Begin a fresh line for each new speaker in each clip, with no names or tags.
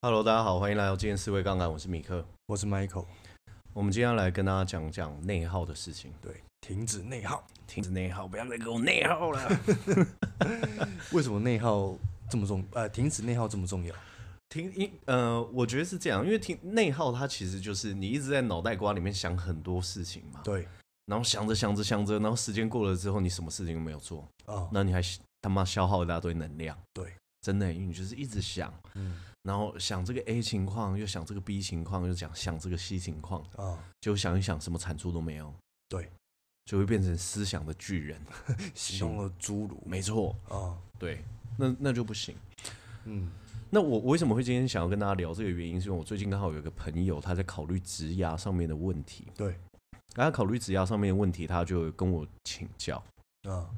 Hello，大家好，欢迎来到今天思维杠杆，我是米克。
我是 Michael，
我们今天要来跟大家讲讲内耗的事情，
对，停止内耗。
停止内耗，不要再给我内耗 了。
为什么内耗这么重？呃，停止内耗这么重要？
停，一呃，我觉得是这样，因为停内耗它其实就是你一直在脑袋瓜里面想很多事情嘛，
对，
然后想着想着想着，然后时间过了之后，你什么事情都没有做，
哦，
那你还他妈消耗一大堆能量，
对，
真的，因为你就是一直想，
嗯，
然后想这个 A 情况，又想这个 B 情况，又想想这个 C 情况，
哦，
结果想一想，什么产出都没有，
对，
就会变成思想的巨 人，嗯
行动了侏儒，
没错，
哦，
对，那那就不行。
嗯，
那我我为什么会今天想要跟大家聊这个原因，是因为我最近刚好有一个朋友，他在考虑职涯上面的问题。
对，
然后他考虑职涯上面的问题，他就跟我请教。
啊，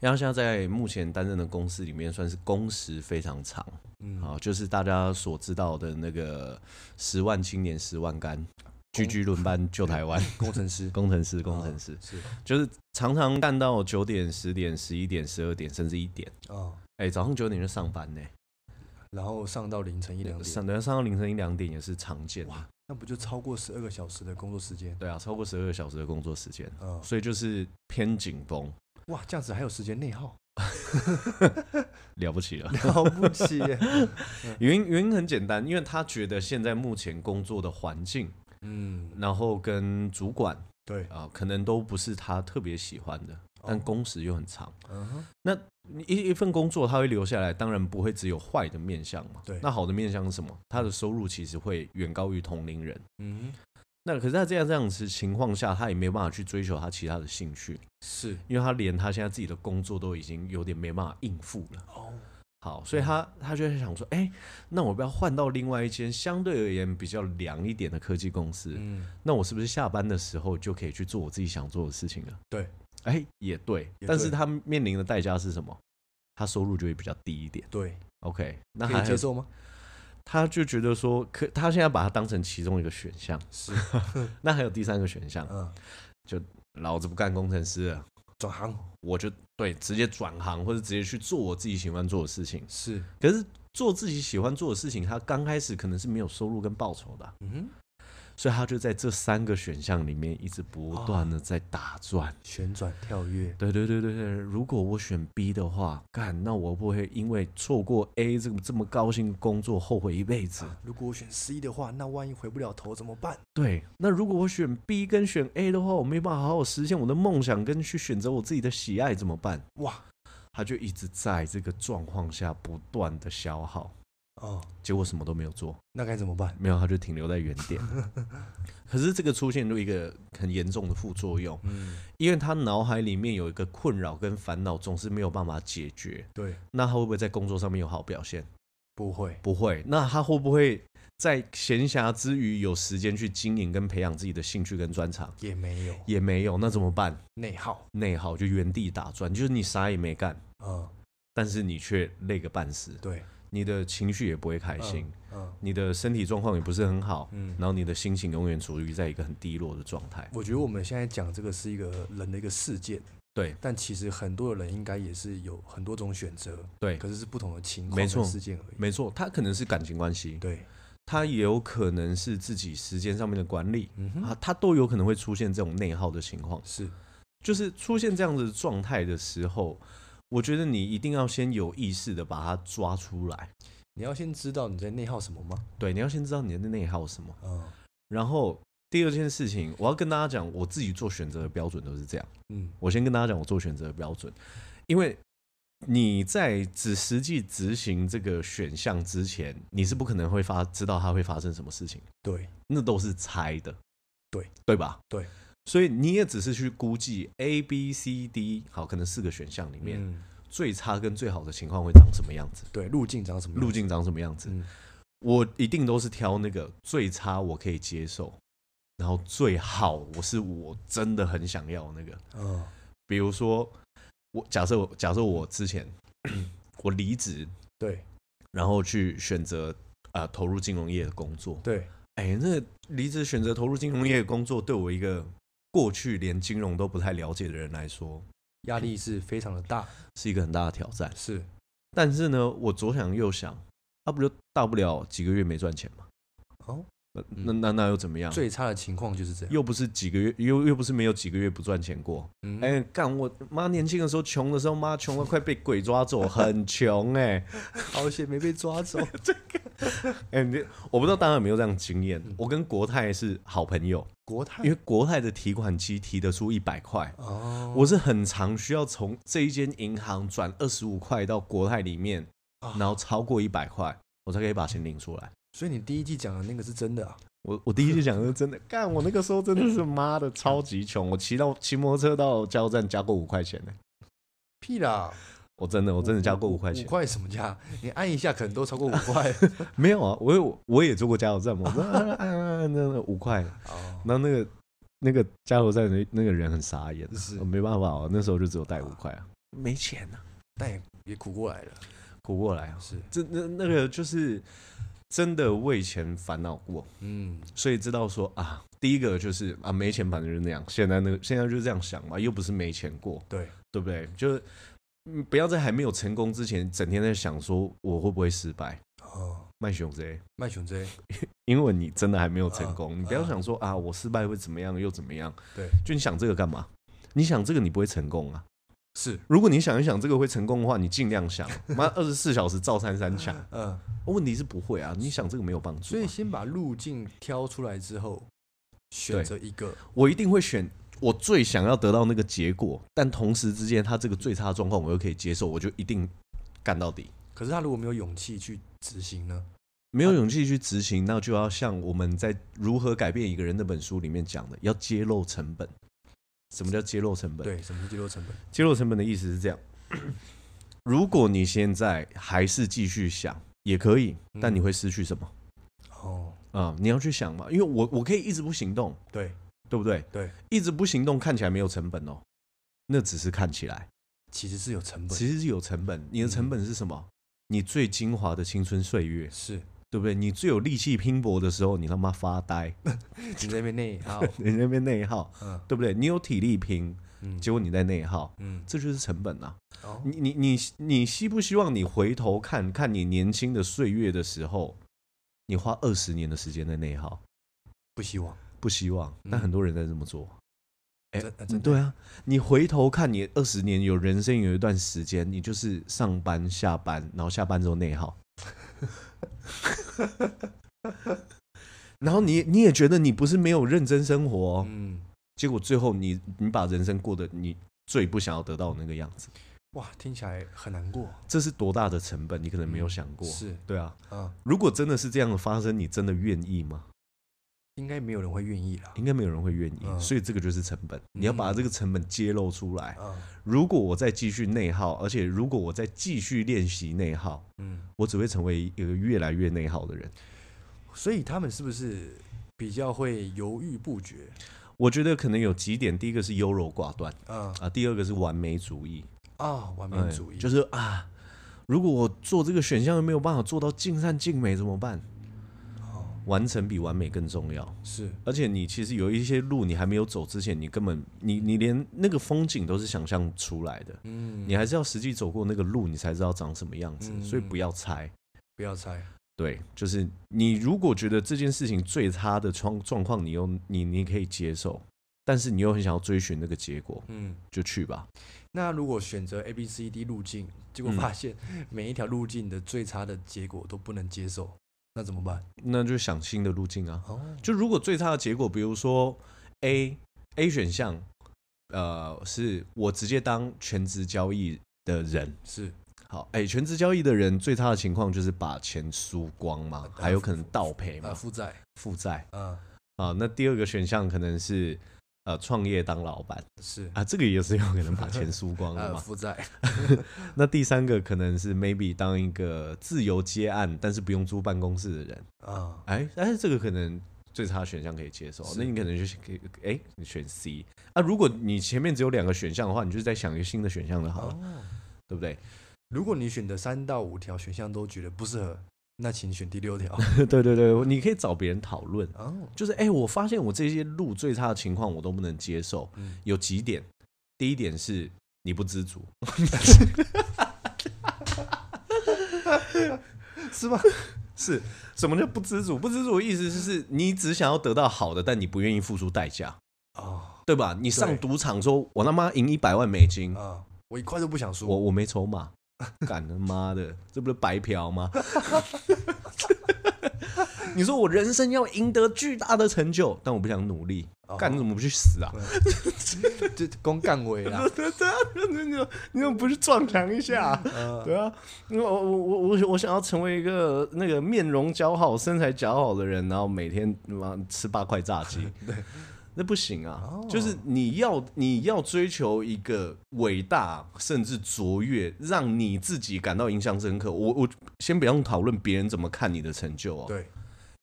然后现在在目前担任的公司里面，算是工时非常长
嗯，
啊，就是大家所知道的那个十万青年十万干，居居轮班救台湾，
工程师，
工程师工程师，
是，
就是常常干到九点、十点、十一点、十二点，甚至一点。
哦，
哎，早上九点就上班呢，
然后上到凌晨一两点，
上等下上到凌晨一两点也是常见的。
那不就超过十二个小时的工作时间？
对啊，超过十二个小时的工作时间，
啊，
所以就是偏紧绷，
哇，这样子还有时间内 耗，
了不起了。
了不起 耶，
原因原因很简单，因为他觉得现在目前工作的环境，
嗯，
然后跟主管
对，哦
啊、可能都不是他特别喜欢的，但工时又很长。
嗯哼，
你一一份工作他会留下来，当然不会只有坏的面相嘛。
对
那好的面相是什么？他的收入其实会远高于同龄人。
嗯哼，
那可是在这样这样子情况下，他也没办法去追求他其他的兴趣，
是，
因为他连他现在自己的工作都已经有点没办法应付了。
哦，
好，所以他他就在想说，哎、那我要不要换到另外一间相对而言比较凉一点的科技公司？
嗯，
那我是不是下班的时候就可以去做我自己想做的事情了？
对，
哎、也对，
也
但是
对
他面临的代价是什么？他收入就会比较低一点。
对，
OK，那
可
还
以接受吗？
他就觉得说，可他现在把它当成其中一个选项。
是，
那还有第三个选项，
嗯，
老子不干工程师了，
转行
我就对直接转行，或者直接去做我自己喜欢做的事情。
是，
可是做自己喜欢做的事情，他刚开始可能是没有收入跟报酬的啊、
嗯哼。
所以他就在这三个选项里面一直不断的在打转。
旋转跳跃，
对对对对对，如果我选 B 的话，干，那我不会因为错过 A 这个这么高兴的工作后悔一辈子。
如果我选 C 的话，那万一回不了头怎么办？
对，那如果我选 B 跟选 A 的话，我没办法好好实现我的梦想，跟去选择我自己的喜爱怎么办？
哇，
他就一直在这个状况下不断的消耗，
哦，
结果什么都没有做。
那该怎么办？
没有，他就停留在原点。可是这个出现了一个很严重的副作用，
嗯，
因为他脑海里面有一个困扰跟烦恼，总是没有办法解决。
对，
那他会不会在工作上面有好表现？
不会，
不会。那他会不会在闲暇之余有时间去经营跟培养自己的兴趣跟专长？
也没有
也没有。那怎么办？
内耗，
内耗就原地打转，就是你啥也没干，
嗯，
但是你却累个半死，
对，
你的情绪也不会开心，
嗯
你的身体状况也不是很好，
嗯，
然后你的心情永远处于在一个很低落的状态。
我觉得我们现在讲这个是一个人的一个事件，
对，
但其实很多的人应该也是有很多种选择，
对
可是是不同的情
没
况
错
和事件而已，
没错，他可能是感情关系，
对，
他也有可能是自己时间上面的管理
嗯哼，
啊，他都有可能会出现这种内耗的情况。
是，
就是出现这样子的状态的时候，我觉得你一定要先有意识的把它抓出来。
你要先知道你在内耗什么吗？
对，你要先知道你的内耗是什么。
嗯
然后第二件事情，我要跟大家讲，我自己做选择的标准都是这样。
嗯，
我先跟大家讲我做选择的标准，因为你在只实际执行这个选项之前，你是不可能会发知道它会发生什么事情，
对，
那都是猜的，
对
对吧？
对，
所以你也只是去估计 A、B、C、D，好，可能四个选项里面、
嗯，
最差跟最好的情况会长什么样子，
对，路径长什么样
路径长什么样子，
嗯
我一定都是挑那个最差我可以接受，然后最好我是我真的很想要的那个。
嗯，
比如说，我假设我假设我之前 我离职，
对
然后去选择呃投入金融业的工作。
对，
哎，那离职选择投入金融业的工作，对我一个过去连金融都不太了解的人来说，
压力是非常的大，
是一个很大的挑战。
是，
但是呢，我左想右想，那、不就大不了几个月没赚钱嘛？
哦，
那那那那又怎么样？
最差的情况就是这样。
又不是几个月，又又不是没有几个月不赚钱过。
嗯，
哎、干我妈年轻的时候穷的时候，妈穷到快被鬼抓走，很穷哎、
好险没被抓 走。
哎、你我不知道大家有没有这样的经验。
嗯
我跟国泰是好朋友，
国泰
因为国泰的提款机提得出一百块，
哦，
我是很常需要从这一间银行转二十五块到国泰里面，
啊
然后超过一百块，我才可以把钱领出来。
所以你第一季讲的那个是真的啊？
我我第一次讲的是真的，干我那个时候真的是妈的超级穷，我骑到骑摩托车到加油站加过五块钱呢、
屁啦！
我真的我真的加过五块
五
钱，
块什么价？你按一下可能都超过五 块。
没有啊，我有我也做过加油站嘛，我说啊啊啊那那五块，
哦，
然后那个那个加油站的那个人很傻眼，
是
没办法哦、那时候就只有带五块啊，没钱啊，
但也也苦过来了，
苦过来啊，
是，
这那那个就是真的为钱烦恼过，
嗯，
所以知道说啊，第一个就是啊没钱反正就那样，现在那个现在就是这样想嘛，又不是没钱过，
对，
对不对？就是嗯不要在还没有成功之前，整天在想说我会不会失败，
哦，
卖熊贼。
卖熊 J，
因为你真的还没有成功，
啊
你不要想说啊，我失败会怎么样又怎么样。
对，
就你想这个干嘛？你想这个你不会成功啊。
是，
如果你想一想这个会成功的话，你尽量想，妈二十四小时照三三 抢。
嗯，
问题是不会啊，你想这个没有帮助啊、
所以先把路径挑出来之后，选择一个，
我一定会选我最想要得到那个结果，但同时之间他这个最差的状况我又可以接受，我就一定干到底。
可是他如果没有勇气去执行呢？啊
没有勇气去执行，那就要像我们在《如何改变一个人》那本书里面讲的，要揭露成本。什么叫揭露成本？
对，什么是第六成本？
揭露成本的意思是这样： 如果你现在还是继续想，也可以，但你会失去什么
哦，
啊、你要去想嘛，因为我我可以一直不行动，
对，
对不对？
对，
一直不行动看起来没有成本哦，那只是看起来，
其实是有成本，
其实是有成本。你的成本是什么？你最精华的青春岁月，
是
对不对？你最有力气拼搏的时候，你他妈发呆，
你在那边内耗，
你那边内耗，
嗯
对不对？你有体力拼，
嗯
结果你在内耗，
嗯，
这就是成本啊。
哦，
你你你你希不希望你回头看看你年轻的岁月的时候，你花二十年的时间在内耗？
不希望，
不希望，
嗯
但很多人在这么做。哎
真呃真
嗯
的
对啊，你回头看你二十年有人生有一段时间，你就是上班下班，然后下班之后内 耗，然后你你也觉得你不是没有认真生活哦、
嗯，
结果最后你你把人生过得你最不想要得到的那个样子，
哇，听起来很难过，
这是多大的成本？你可能没有
嗯
想过。
是，
对啊，
啊，
如果真的是这样的发生，你真的愿意吗？
应该没有人会愿意啦，
应该没有人会愿意，
嗯
所以这个就是成本，你要把这个成本揭露出来。
啊，
如果我再继续内耗，而且如果我再继续练习内耗，
嗯。
我只会成为一个越来越内耗的人。
所以他们是不是比较会犹豫不决？
我觉得可能有几点，第一个是优柔寡断
嗯
啊，第二个是完美主义，
啊，完美主义、
哎就是是啊，如果我做这个选项没有办法做到尽善尽美怎么办？
哦，
完成比完美更重要。
是
而且你其实有一些路你还没有走之前，你根本你你连那个风景都是想象出来的，
嗯，
你还是要实际走过那个路，你才知道长什么样子。
嗯
所以不要猜，
不要猜，
对，就是你如果觉得这件事情最差的状状况，你又你你可以接受，但是你又很想要追寻那个结果，
嗯。
就去吧。
那如果选择 A、B、C、D 路径，结果
嗯
发现每一条路径的最差的结果都不能接受，那怎么办？
那就想新的路径啊。
哦，
就如果最差的结果，比如说 A A 选项，呃，是我直接当全职交易的人。
是
好，哎、全职交易的人最差的情况就是把钱输光嘛
啊，
还有可能倒赔
呃
嘛，
负债，
负债
嗯，
啊。那第二个选项可能是呃创业当老板
是
啊，这个也是有可能把钱输光的
呃
嘛。
负债，
那第三个可能是 maybe 当一个自由接案，但是不用租办公室的人，
啊，
哎、但是这个可能。最差的选项可以接受，
是
那你可能就是可以，哎、你选 C 啊。如果你前面只有两个选项的话，你就是在想一个新的选项就好了，
哦，
对不对？
如果你选的三到五条选项都觉得不适合，那请选第六条。
对对对，你可以找别人讨论，
哦，
就是哎、欸我发现我这些路最差的情况我都不能接受，
嗯
有几点。第一点是你不知足，
是吧？
是什么叫不知足？不知足的意思就是你只想要得到好的，但你不愿意付出代价，
哦
对吧？你上
对
赌场说，我他妈赢一百万美金，
啊，我一块都不想输。
我我没筹码，干他妈的，这不是白嫖吗？ 你说我人生要赢得巨大的成就，但我不想努力，
哦
干你怎么不去死啊？
这公干委 啦，
对对啊，你怎么你怎么不去撞墙一下 啊、
呃
对啊，我我我我我想要成为一个那个面容姣好、身材姣好的人，然后每天妈吃八块炸 鸡，对，那不行啊。
哦
就是你要你要追求一个伟大甚至卓越，让你自己感到印象深刻。我我先不用讨论别人怎么看你的成就哦，
对，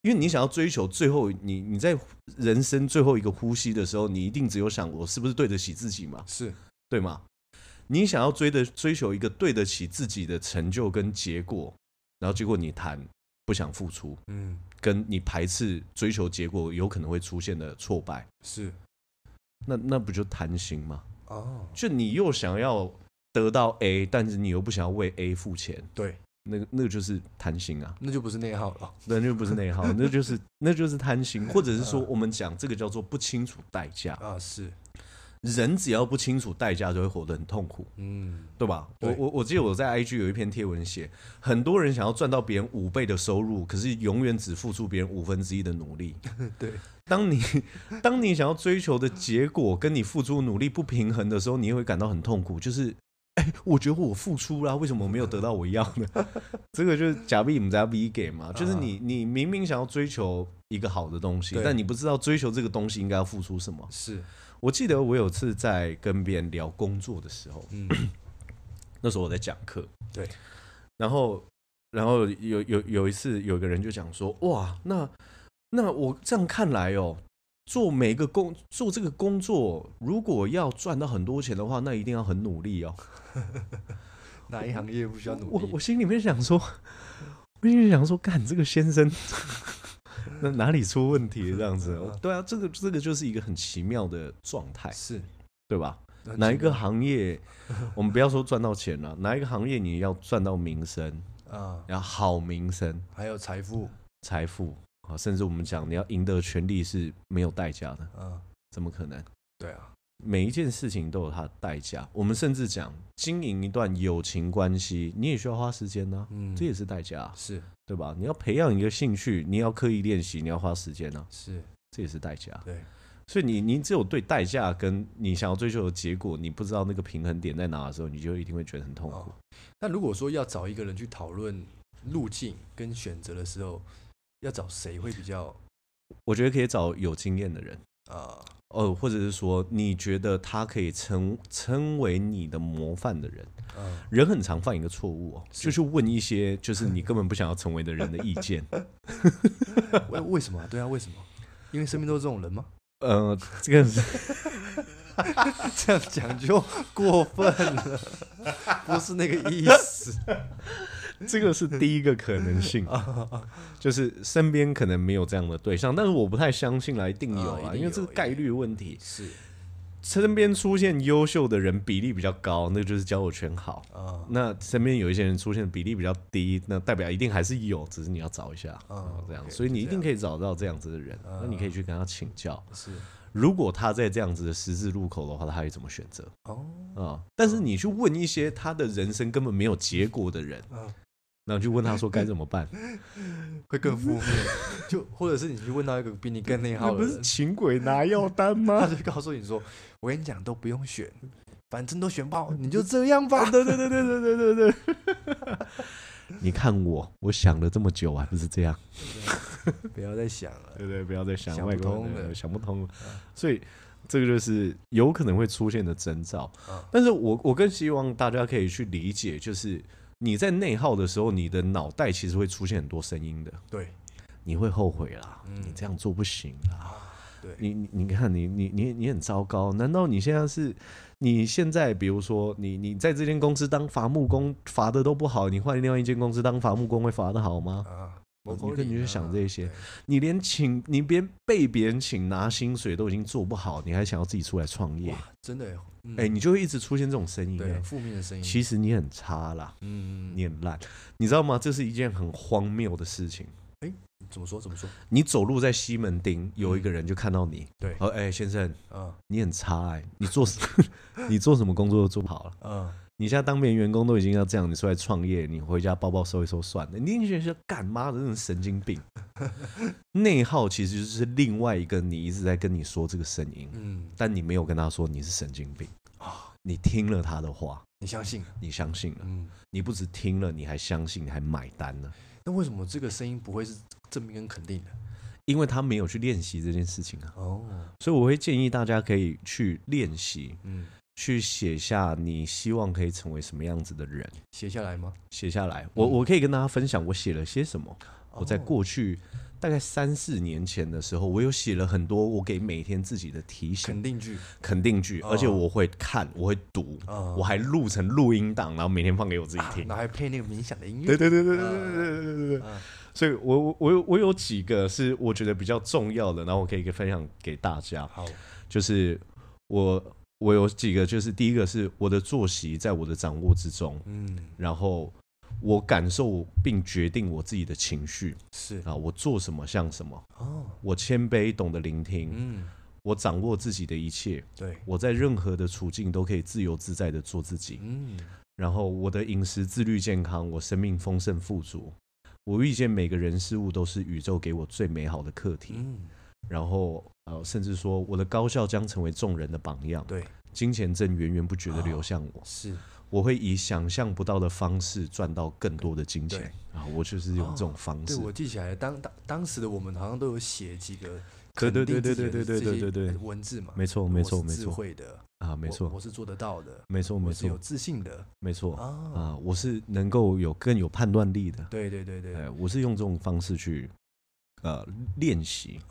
因为你想要追求最后你你在人生最后一个呼吸的时候，你一定只有想我是不是对得起自己嘛？
是
对吗？你想要追的追求一个对得起自己的成就跟结果，然后结果你谈不想付出，
嗯
跟你排斥追求结果有可能会出现的挫败，
是
那那不就贪心吗？
哦，
就你又想要得到 A，但是你又不想要为 A 付钱，
对，
那个那个就是贪心啊，
那就不是内耗了。
那就不是内耗，那就是那就是贪心，或者是说我们讲这个叫做不清楚代价，
啊，是，
人只要不清楚代价，就会活得很痛苦。
嗯，
对吧？
对嗯
我我我记得我在 IG 有一篇贴文写，很多人想要赚到别人五倍的收入，可是永远只付出别人五分之一的努 力。
对，
当你当你想要追求的结果跟你付出的努力不平衡的时候，你也会感到很痛苦。就是，哎、我觉得我付出啦，为什么我没有得到我要 的？这个就是假币，我们加 V 给
啊
嘛，就是你你明明想要追求一个好的东西，
对
但你不知道追求这个东西应该要付出什么。
是，
我记得我有次在跟别人聊工作的时候，
嗯，
那时候我在讲课，
对，
然后然后有有有一次有个人就讲说，哇，那那我这样看来哦，做每个工做这个工作，如果要赚到很多钱的话，那一定要很努力哦。
哪一行业不需要努
我
力？
我心里面想说，我心里面想说，干这个先 生。那哪里出问题了这样子 哦？对啊，这个这个就是一个很奇妙的状态，
是
对吧？哪一个行业， 我们不要说赚到钱了，哪一个行业你要赚到名声，
啊？
要好名声、
还有财富
财富啊，甚至我们讲你要赢得权利是没有代价的，
啊？
怎么可能？
对啊，
每一件事情都有它的代价。我们甚至讲经营一段友情关系，你也需要花时间呢、
嗯
这也是代价啊、
是
对吧？你要培养一个兴趣，你要刻意练习，你要花时间呢、啊
是，
这也是代价。啊
对，
所以你你只有对代价跟你想要追求的结果，你不知道那个平衡点在哪的时候，你就一定会觉得很痛苦。
哦。那如果说要找一个人去讨论路径跟选择的时候，要找谁会比较
我觉得可以找有经验的人，
啊？
呃，或者是说你觉得他可以称称为你的模范的人。
嗯，
人很常犯一个错误哦，
是
就是问一些就是你根本不想要成为的人的意见。
为为什么啊？对啊，为什么？因为身边都是这种人 吗？
呃，这个是
这样讲就过分 了，不是那个意思
这个是第一个可能 性，就是身边可能没有这样的对象，但是我不太相信来定有
啊一
啊，
定
因为这
有
个概率问题，
是
身边出现优秀的人比例比较高，那就是交友圈好。
啊
那身边有一些人出现比例比较低，那代表一定还是有，只是你要找一下啊、
哦
这样，嗯
OK，
所以你一
是这
定
样
可以找到这样子的人，那你可以去跟他请教。
是
如果他在这样子的十字路口的话，他会怎么选择
哦
啊、但是你去问一些他的人生根本没有结果的人，
啊，
然后去问他说该怎么办，
会更负面， 就或者是你去问到一个比你更内
那
耗
不
的
是
人，
请鬼拿药单
他
吗？
就告诉你说：“我跟你讲，都不用选，反正都选不好，你就这样吧。
对对对对对对对对。 你看我，我想了这么久，还不是这样。”
不要再想了，
对对，不要再想
想
外
不
国
通
人
的
了，想不通了。所以这个就是有可能会出现的征兆
嗯。
但是我我更希望大家可以去理解，就是你在内耗的时候，你的脑袋其实会出现很多声音的，
对
你会后悔啦，
嗯啊
你这样做不行啦。
对，
你你你看你你你你很糟糕，难道你现在是你现在比如说你你在这间公司当伐木工罚的都不好，你换另外一间公司当伐木工会罚的好吗？
啊，某口
哦你根本
岭
就
啊
想这些
对，
你连请你连被别人请拿薪水都已经做不好，你还想要自己出来创业？
哇，真的耶，嗯
哎、你就会一直出现这种声音、
对
哎
负面的声音，
其实你很差啦，
嗯，
你很烂，你知道吗？这是一件很荒谬的事情。
怎么说怎么说？
你走路在西门町，有一个人就看到你，
嗯对
哦，哎、先生，
嗯
你很差哎、你做你做什么 工作都做不好了。
嗯，
你现在当别人员工都已经要这样，你出来创业，你回家包包收一收算了。你一定觉得说干妈的那种神经病。 内耗其实就是另外一个你一直在跟你说这个声音，
嗯，
但你没有跟他说你是神经病你听了他的话，
你相信？
你相信了，
嗯，
你不止听了，你还相信，你还买单了，
那为什么这个声音不会是正面跟肯定的？
因为他没有去练习这件事情啊。
哦，
所以我会建议大家可以去练习，
嗯，
去写下你希望可以成为什么样子的人，
写下来吗？
写下来。我
嗯
我可以跟大家分享我写了些什么。我在
哦
过去大概三四年前的时候，我有写了很多我给每天自己的提醒、
肯定句
肯定句，
哦
而且我会看，我会读，
啊，
我还录成录音档，然后哦每天放给我自己听。
然后还啊配那个冥想的音乐，
对对对对对对对对对对
嗯
所以我我我有我有几个是我觉得比较重要的，然后我可以分享给大家。
好，
就是我我有几个，就是第一个是我的作息在我的掌握之中，
嗯，
然后我感受并决定我自己的情绪
是
啊，我做什么像什么，
哦，
我谦卑，懂得聆听，
嗯，
我掌握自己的一切，
对，
我在任何的处境都可以自由自在的做自己。
嗯，
然后我的饮食自律健康，我生命丰盛富足。我遇见每个人事物都是宇宙给我最美好的课题。
嗯，
然后呃，甚至说我的高效将成为众人的榜样，
对，啊
金钱正源源不绝的流向我。
是
我会以想象不到的方式赚到更多的金钱啊！我就是用这种方
哦对，
式。
我记起来了，当当当时的我们好像都有写几个
对
肯
对
定
对对
自己的
对对对
这
对
些
对对
文字嘛，
没错，
我
没
是
错，没
智
错
慧的，
啊，没
我
错，
我是做得到的，
没错，没
我是有
错，
自信的
没错
啊，
啊！我是能够有更有判断力的。
对对对对，
哎，我是用这种方式去呃练习。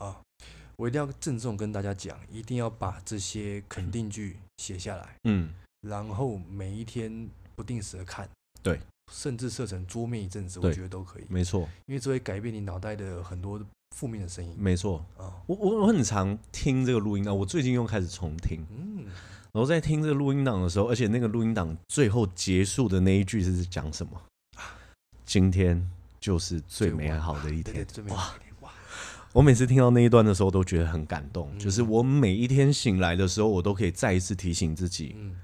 我一定要郑重跟大家讲，一定要把这些肯定句写下来，
嗯，
然后每一天不定时的看，
对，
甚至设成桌面一阵子，
对
我觉得都可以，
没错，
因为这会改变你脑袋的很多负面的声音
没错。
啊。
我我我很常听这个录音档，我最近又开始重听。
嗯，
然后在听这个录音档的时候，而且那个录音档最后结束的那一句是讲什么？今天就是最美好的一
对对，
天。
最美好的一天哇，
我每次听到那一段的时候，都觉得很感动。
嗯
就是我每一天醒来的时候，我都可以再一次提醒自己，
嗯，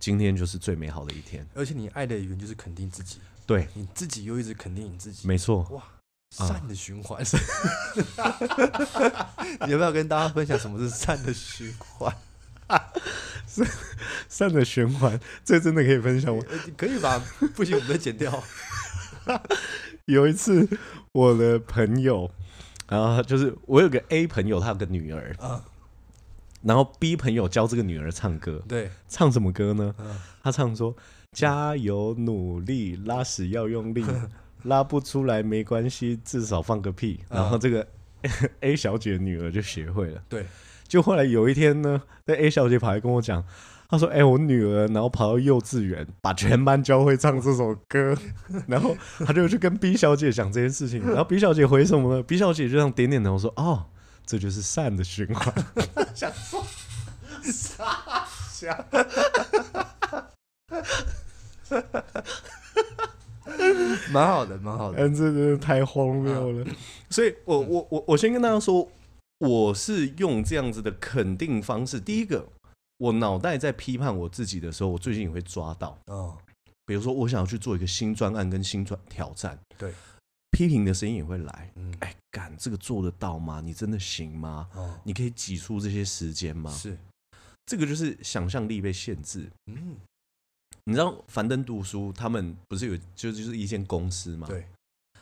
今天就是最美好的一天。
而且你爱的语言就是肯定自己，
对，
你自己又一直肯定你自己，
没错。
哇，
啊
善的循环。 你要不要跟大家分享什么是善的循 环？
善的循环，这真的可以分享
呃可以吧？不行，我们 再剪掉。
有一次，我的朋友，啊，就是我有个 A 朋友，他有个女儿，
啊，
然后 B 朋友教这个女儿唱歌，
对，
唱什么歌呢？
嗯
他唱说：“加油努力，拉屎要用 力，拉不出来没关系，至少放个屁。”
嗯
然后这个 A 小姐的女儿就学会了。
对，
就后来有一天呢，那 A 小姐跑来跟我讲，她说：“哎、我女儿，然后跑到幼稚园，把全班教会唱这首 歌。”然后她就去跟 B 小姐讲这件事情，然后 B 小姐回什么呢？B 小姐就这样点点头说：“哦，这就是善的循 环。”
蛮好的，蛮好的。
嗯，这真的太荒谬了。嗯所以我我我我先跟大家说，我是用这样子的肯定方式。第一个，我脑袋在批判我自己的时候，我最近也会抓到。
哦，
比如说，我想要去做一个新专案跟新专挑战，
对，
批评的声音也会来。
嗯，
哎，干这个做得到吗？你真的行吗？
哦，
你可以挤出这些时间吗？
是，
这个就是想象力被限制。
嗯，
你知道樊登读书他们不是有就就是一间公司吗？
对，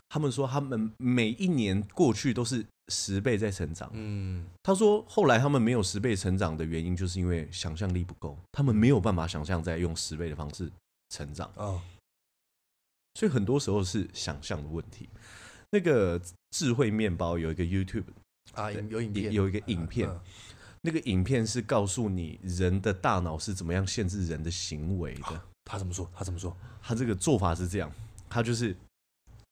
他们说他们每一年过去都是十倍在成长。
嗯，
他说后来他们没有十倍成长的原因，就是因为想象力不够，他们没有办法想象在用十倍的方式成长，
哦，
所以很多时候是想象的问题。那个智慧面包有一个 YouTube，
啊，
对
有有影片，
有一个影片
嗯
那个影片是告诉你人的大脑是怎么样限制人
哦
的行为的。
他怎么说？他怎么说？
他这个做法是这样，他就是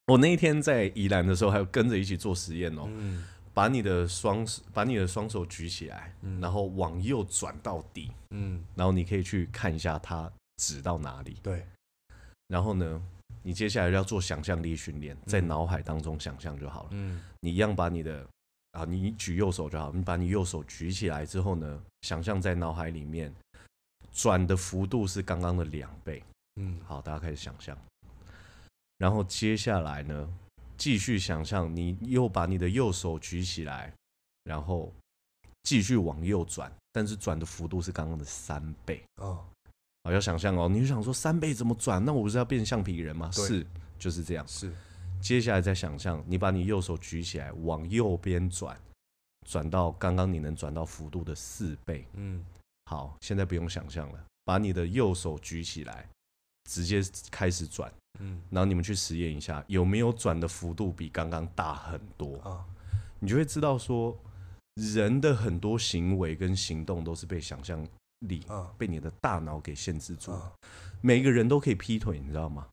我那一天在宜兰的时候，还有跟着一起做实验哦，
嗯
把你的双手把你的双手举起来，
嗯
然后往右转到底，
嗯，
然后你可以去看一下它指到哪里。
对，
然后呢，你接下来要做想象力训练，在脑海当中想象就好了。
嗯
你一样把你的啊，你举右手就好，你把你右手举起来之后呢，想象在脑海里面转的幅度是刚刚的两倍。
嗯
好，大家开始想象。然后接下来呢，继续想象，你又把你的右手举起来，然后继续往右转，但是转的幅度是刚刚的三倍。
哦，
好，要想象哦，你就想说三倍怎么转？那我不是要变橡皮人吗？
对
是，就是这样。
是，
接下来再想象，你把你右手举起来，往右边转，转到刚刚你能转到幅度的四倍。
嗯
好，现在不用想象了，把你的右手举起来，直接开始转。
嗯
然后你们去实验一下，有没有转的幅度比刚刚大很多，
啊，
你就会知道说，人的很多行为跟行动都是被想象力、
啊
被你的大脑给限制住的。
啊，
每个人都可以劈腿，你知道吗？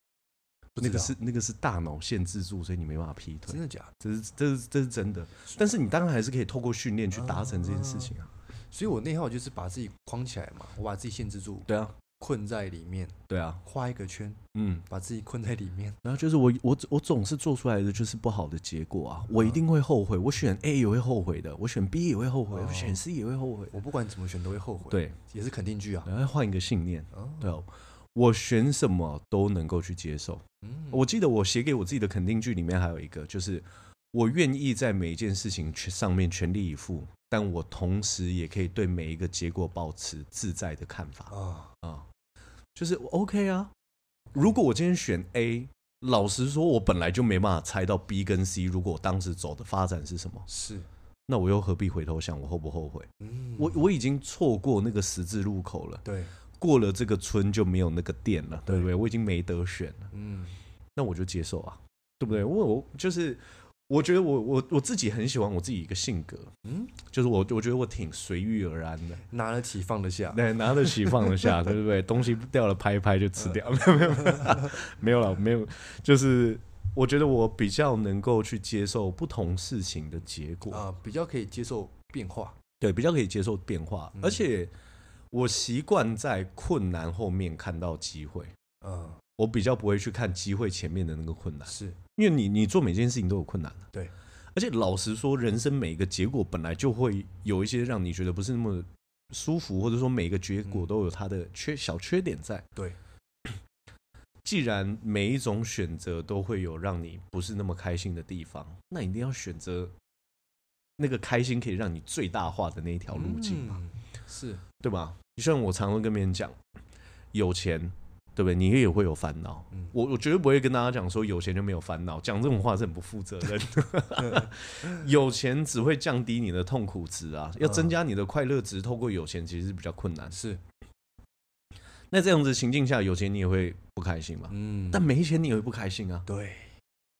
不知
那个
道
是那个是大脑限制住，所以你没办法劈
真
腿，
的假的？
这是这是这是真的。但是你当然还是可以透过训练去达成这件事情
嗯
啊。
所以我内耗就是把自己框起来嘛，我把自己限制住，
对啊，
困在里面，
对啊，
画一个圈，
嗯。
把自己困在里面。
然后就是我我我总是做出来的就是不好的结果啊，
嗯
我一定会后悔。我选 A 也会后悔的，我选 B 也会后悔，
哦
我选 C 也会后悔。
我不管怎么选都会后悔，，
对，
也是肯定句啊。
然后换一个信念，
哦
对哦、我选什么都能够去接受。
嗯，
我记得我写给我自己的肯定句里面还有一个，就是我愿意在每一件事情去上面全力以赴，但我同时也可以对每一个结果保持自在的看法
啊，
啊，就是 OK 啊。如果我今天选 A，老实说，我本来就没办法猜到 B 跟 C，如果我当时走的发展是什么，
是，
那我又何必回头想我后不后悔？
嗯，
我我已经错过那个十字路口了，
对，
过了这个村就没有那个店了，对不对？我已经没得选了。
嗯
那我就接受啊，对不对？我我就是我觉得我我我自己很喜欢我自己一个性格，
嗯，
就是我我觉得我挺随遇而安的，
拿得起放得下，
对，拿得起放得下，对不对？东西掉了拍一拍就吃掉，没有没有没有了，没有，就是我觉得我比较能够去接受不同事情的结果，
啊，比较可以接受变化，
对，比较可以接受变化，而且我习惯在困难后面看到机会。
嗯，
我比较不会去看机会前面的那个困难，
是，
因为你你做每件事情都有困难啊
对，
而且老实说，人生每一个结果本来就会有一些让你觉得不是那么舒服，或者说每一个结果都有它的缺小缺点在。
嗯对，
既然每一种选择都会有让你不是那么开心的地方，那你一定要选择那个开心可以让你最大化的那一条路径嘛，
嗯是，
对吧？就像我常会跟别人讲，有钱，对不对？你也会有烦恼，
嗯，
我我绝对不会跟大家讲说有钱就没有烦恼，讲这种话是很不负责任。 有钱只会降低你的痛苦值啊，要增加你的快乐值，透过有钱其实是比较困难。
嗯是，
那这样子情境下，有钱你也会不开心嘛？
嗯，
但没钱你也会不开心啊，
对，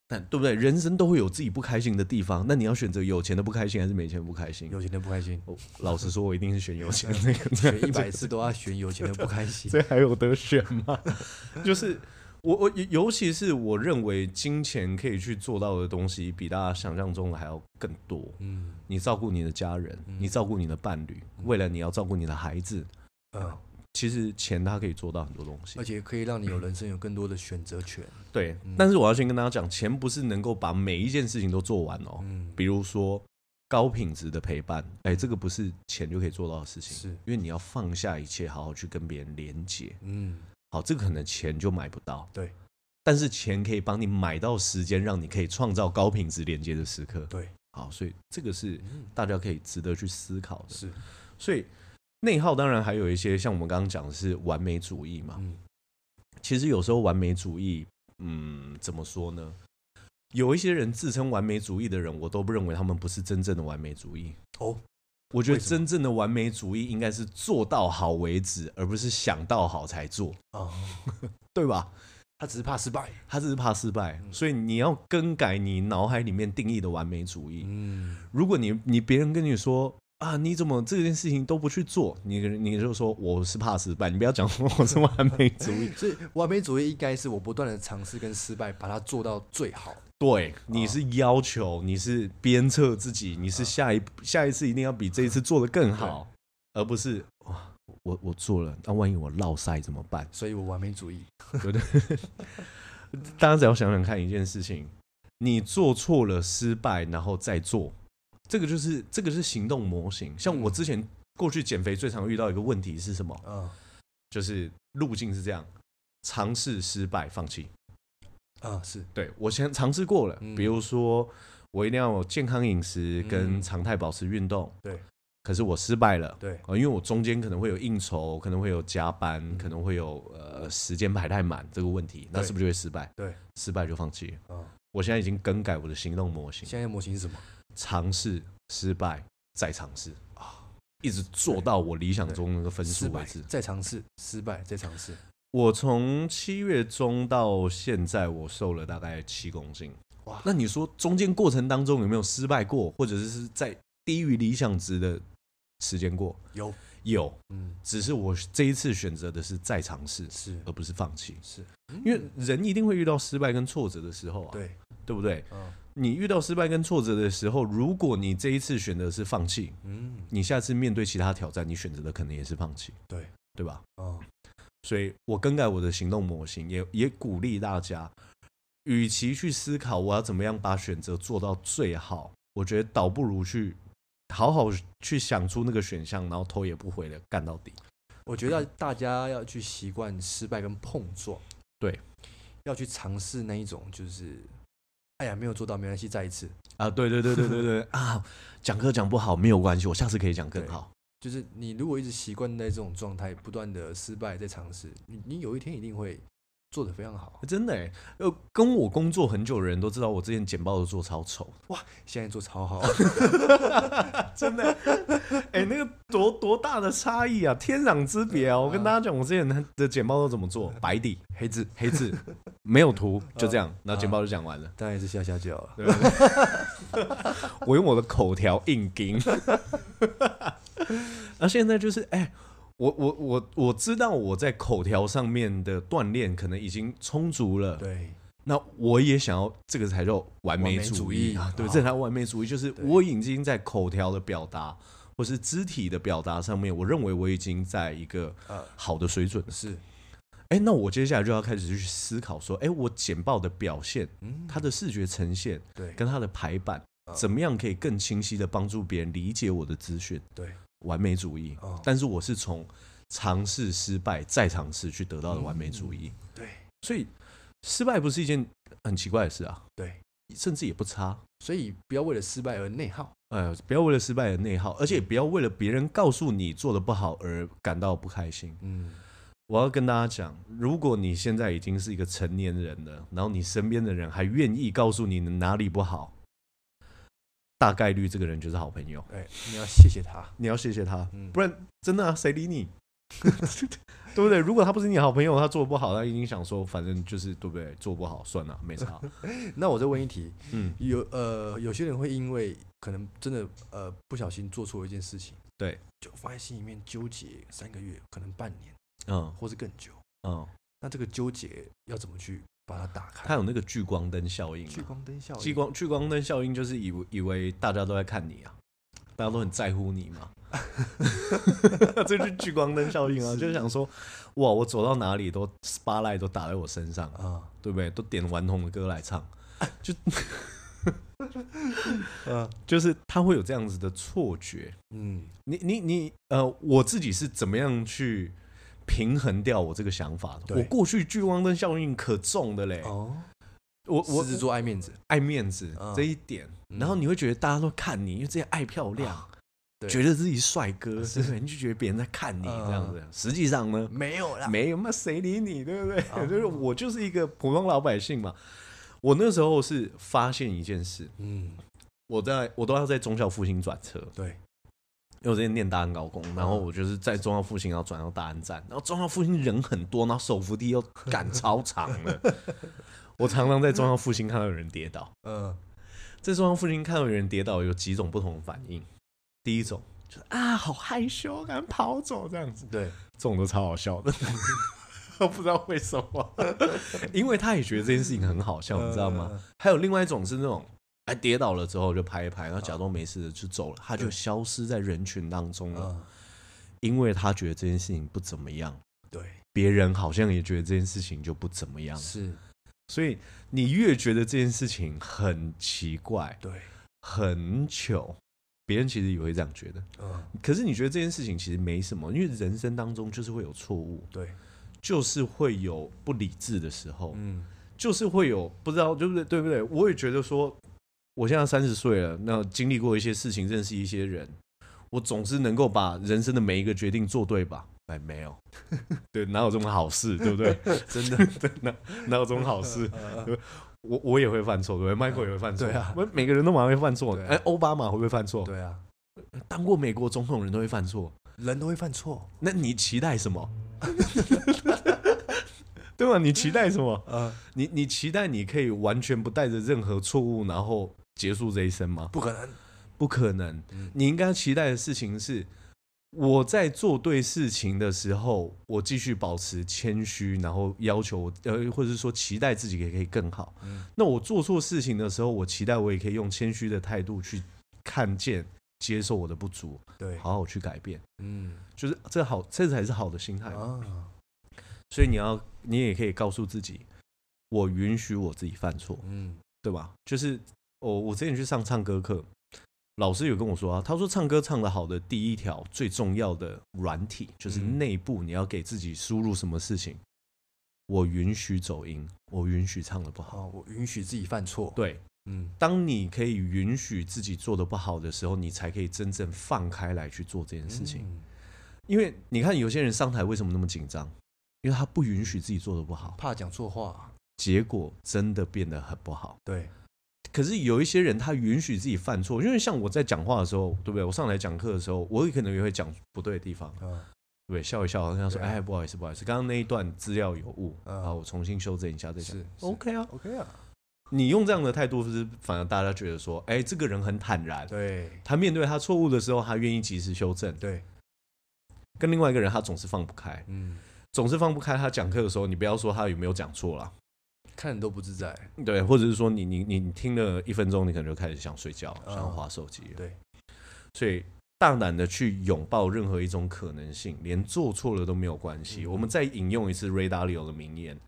但对不对？人生都会有自己不开心的地方，那你要选择有钱的不开心还是没钱的不开心？，
有钱的不开心
我老实说，我一定是选有钱的那个。
选一百次都要选有钱的不开心，
这还有得选吗？ 就是我我尤尤其是我认为金钱可以去做到的东西，比大家想象中的还要更多。
嗯
你照顾你的家人，你照顾你的伴侣，未来你要照顾你的孩子，
嗯，
其实钱它可以做到很多东西
而。且嗯可以让你有人生有更多的选择权，
对，但是我要先跟大家讲，钱不是能够把每一件事情都做完哦。
嗯，
比如说高品质的陪伴，哎，这个不是钱就可以做到的事情，
是
因为你要放下一切，好好去跟别人连接。
嗯，
好，这个可能钱就买不到，
对，
但是钱可以帮你买到时间，让你可以创造高品质连接的时刻。
对，
好，所以这个是
嗯
大家可以值得去思考的。
是，
所以内耗当然还有一些像我们刚刚讲的是完美主义嘛，
嗯
其实有时候完美主义，嗯，怎么说呢？有一些人自称完美主义的人，我都不认为他们不是真正的完美主义。
哦，
我觉得
为什么
真正的完美主义应该是做到好为止，而不是想到好才做，
哦，
对吧？
他只是怕失败，
他只是怕失败，所以你要更改你脑海里面定义的完美主义。
嗯
如果你你别人跟你说啊，你怎么这件事情都不去做？你你就说我是怕失败，你不要讲 我是完美主 义。
所以完美主义应该是我不断的尝试跟失败，把它做到最好。
对，你是要求，你是鞭策自己，你是下一下一次一定要比这一次做的更好，而不是哇，我我做了，那万一我落赛怎么办？
所以我完美主义，
大家只要想想看一件事情，你做错了失败，然后再做，这个就是这个是行动模型。像我之前过去减肥最常遇到一个问题是什么？
嗯
就是路径是这样：尝试失败，放弃。
啊是，
对我先尝试过了，
嗯
比如说我一定要有健康饮食跟
嗯
常态保持运动，
对，
可是我失败了。
对，
呃，因为我中间可能会有应酬，可能会有加班，可能会有呃时间排太满这个问题，那
嗯对
是不是就会失败？
对，
失败就放弃了。
嗯，
我现在已经更改我的行动模型，
现在模型是什么？
尝试失败再尝试啊，一直做到我理想中那个分
失
数为
败
止。
再尝试，失败再尝试，
我从七月中到现在，我瘦了大概七公斤。哇
哇，
那你说中间过程当中有没有失败过，或者是在低于理想值的时间过？
有，
有，
嗯，
只是我这一次选择的是再尝试，
是
而不是放弃。
是，
因为人一定会遇到失败跟挫折的时候啊，
对，
对不对？
嗯
你遇到失败跟挫折的时候，如果你这一次选择是放弃，
嗯，
你下次面对其他挑战，你选择的可能也是放弃，
对，
对吧？
哦，
所以我更改我的行动模型，也也鼓励大家，与其去思考我要怎么样把选择做到最好，我觉得倒不如去好好去想出那个选项，然后头也不回的干到底。
我觉得大家要去习惯失败跟碰撞，
对，
要去尝试那一种就是，哎呀，没有做到没关系，再一次，
啊，对对对对对 对啊，讲课讲不好没有关系，我下次可以讲更好。
就是你如果一直习惯在这种状态，不断的失败再尝试，你你有一天一定会做得非常好。
真的哎，呃，跟我工作很久的人都知道，我之前简报都做超丑，
现在做超好，
真的， 哎、那个多多大的差异啊，天壤之别啊！我跟大家讲，我之前的简报都怎么做，白底
黑字
黑字，没有图，就这样，然后简报就讲完了。
当然也是下下脚了。
我用我的口条硬盯。 那现在就是，哎、我我我我知道我在口条上面的锻炼可能已经充足了，
对，
那我也想要这个才叫完美主义啊
完美主义，
对，
好
这才叫完美主义，就是
对
我已经在口条的表达或是肢体的表达上面，我认为我已经在一个
呃，
好的水准了。
是，
哎，那我接下来就要开始去思考说，哎，我简报的表现，
嗯，
它的视觉呈现
对，
跟它的排版，
啊
怎么样可以更清晰的帮助别人理解我的资讯？
对，
完美主义
哦，
但是我是从尝试失败再尝试去得到的完美主义。
对，
所以失败不是一件很奇怪的事啊。
对，
甚至也不差。
所以不要为了失败而内耗。
呃，不要为了失败而内耗，而且也不要为了别人告诉你做的不好而感到不开心。
嗯，
我要跟大家讲，如果你现在已经是一个成年人了，然后你身边的人还愿意告诉你哪里不好，大概率这个人就是好朋友。
哎，你要谢谢他。
你要谢谢他，
嗯
不然真的啊，谁理你？对不对？如果他不是你好朋友，他做的不好，他一定想说，反正就是对不对？做不好算了，没 差。
那我再问一题，
嗯，
有呃，有些人会因为可能真的呃不小心做错一件事情，
对，
就放在心里面纠结三个月，可能半年，
嗯
或是更久。
嗯，
那这个纠结要怎么去把它打开？
他有那个聚光灯效应、啊，
聚光灯效应，
聚光聚光灯效应就是以为以为大家都在看你啊，大家都很在乎你 嘛，这就是聚光灯效应啊，就是想说，哇，我走到哪里都 spotlight 都打在我身上，
啊，
对不对？都点顽童的歌来唱，就
嗯
就是他会有这样子的错觉。
嗯，
你你你，呃，我自己是怎么样去平衡掉我这个想法的？
对
我过去聚光灯效应可重的嘞，
哦，
我
狮
我
子座爱面子，
爱面子
嗯
这一点，
嗯
然后你会觉得大家都看你，因为这些爱漂亮
啊，对啊
觉得自己帅哥，
是
对不对？你就觉得别人在看你
嗯
这样子，实际上呢，
没有啦，
没有，那谁理你，对不对？
哦
就是我就是一个普通老百姓嘛。我那时候是发现一件事，
嗯，
我在我都要在中校复兴转车，
对，
因为我之前念大安高工，然后我就是在中校复兴，然后转到大安站，然后中校复兴人很多，然后手扶梯又赶超长了，我常常在中校复兴看到有人跌倒。
嗯
在中央附近看到有人跌倒，有几种不同的反应。第一种，就是啊，好害羞，赶快跑走这样子，
对，
这种都超好笑的。 我不知道为什么，因为他也觉得这件事情很好笑，你知道吗？
嗯？
还有另外一种是那种，哎，跌倒了之后就拍一拍，然后假装没事就走了，他就消失在人群当中了，
嗯，
因为他觉得这件事情不怎么样，
对，
别人好像也觉得这件事情就不怎么样，
是，
所以你越觉得这件事情很奇怪、
对，
很糗，别人其实也会这样觉得。
嗯，
可是你觉得这件事情其实没什么，因为人生当中就是会有错误，
对，
就是会有不理智的时候，
嗯，
就是会有不知道对不对，对不对？我也觉得说，我现在三十岁了，那经历过一些事情，认识一些人，我总是能够把人生的每一个决定做对吧？哎，没有， 对，哪有这种好事，对不对？
真的，
对， 哪哪有这种好事？
嗯
我我也会犯错，对不对？Michael 也会犯错，
对啊
我们 每个人都蛮会犯错。
对啊
哎、奥巴马会不会犯错？
对啊，
当过美国总统的人都会犯错，
人都会犯错，
那你期待什么？ 对吧？你期待什么？
呃，
你你期待你可以完全不带着任何错误，然后结束这一生吗？
不可能，
不可能
嗯。
你应该期待的事情是，我在做对事情的时候，我继续保持谦虚，然后要求呃，或者是说期待自己也可以更好。
嗯
那我做错事情的时候，我期待我也可以用谦虚的态度去看见、接受我的不足，
对，
好好去改变。
嗯，
就是这好，这才是好的心态。
啊，
所以你要，你也可以告诉自己，我允许我自己犯错。
嗯，
对吧？就是我我之前去上唱歌课，老师有跟我说啊，他说唱歌唱得好的第一条最重要的软体就是
嗯
内部你要给自己输入什么事情，我允许走音，我允许唱得不好。
好，我允许自己犯错，，
对，
嗯，
当你可以允许自己做的不好的时候，你才可以真正放开来去做这件事情。
嗯
因为你看有些人上台为什么那么紧张？因为他不允许自己做的不好，
怕讲错话，
结果真的变得很不好。
对，
可是有一些人他允许自己犯错，因为像我在讲话的时候，对不对？我上来讲课的时候，我也可能也会讲不对的地方，对
嗯，
不对？笑一笑，跟他说：“
对啊
哎，不好意思，不好意思，刚刚那一段资料有误，
嗯
啊，我重新修正一下再讲。
是”是
OK 啊，
，OK 啊，
你用这样的态度，是不是反而大家觉得说：“哎，这个人很坦然，
对，
他面对他错误的时候，他愿意及时修正。
对，”
跟另外一个人，他总是放不开，
嗯，
总是放不开。他讲课的时候，你不要说他有没有讲错啦，
看人都不自在，
对，或者是说你你你你听了一分钟，你可能就开始想睡觉，
嗯
想要划手机了。
对，
所以大胆的去拥抱任何一种可能性，连做错了都没有关系。
嗯
我们再引用一次 Ray Dalio 的名言：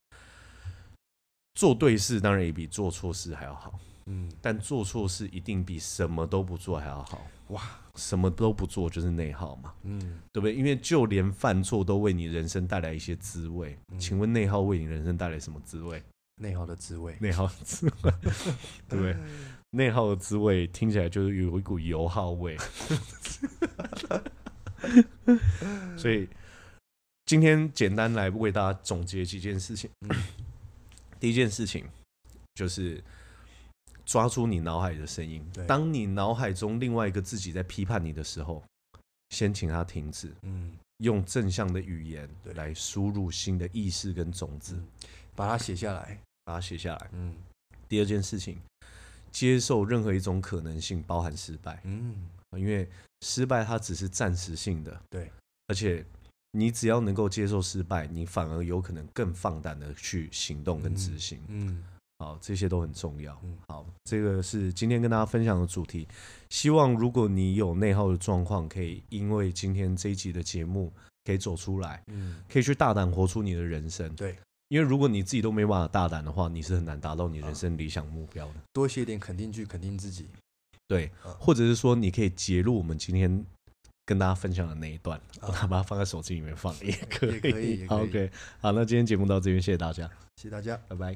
做对事当然也比做错事还要好，
嗯，
但做错事一定比什么都不做还要好。
哇，
什么都不做就是内耗嘛，
嗯，
对不对？因为就连犯错都为你人生带来一些滋味。
嗯
请问内耗为你人生带来什么滋味？
内耗的滋味，
内耗的滋味，对不对？内耗的滋味听起来就是有一股油耗味， 所以今天简单来为大家总结几件事情。
嗯
第一件事情就是抓住你脑海的声音
对，
当你脑海中另外一个自己在批判你的时候，先请他停止，
嗯，
用正向的语言
对
来输入新的意识跟种子
嗯，把它写下来，
把它写下来。
嗯
第二件事情，接受任何一种可能性，包含失败，
嗯，
因为失败它只是暂时性的。
对，
而且你只要能够接受失败，你反而有可能更放胆的去行动跟执行。
嗯，
好，这些都很重要
嗯。
好，这个是今天跟大家分享的主题。希望如果你有内耗的状况，可以因为今天这一集的节目可以走出来，
嗯，
可以去大胆活出你的人生。
对，
因为如果你自己都没办法大胆的话，你是很难达到你人生理想目标的。
多写点肯定句，肯定自己
对
嗯，
或者是说你可以截录我们今天跟大家分享的那一段，
啊
把它放在嗯手机里面放也可以。
也可以也可以
OK，好，那今天节目到这边，谢谢大家，
谢谢大家。
拜拜。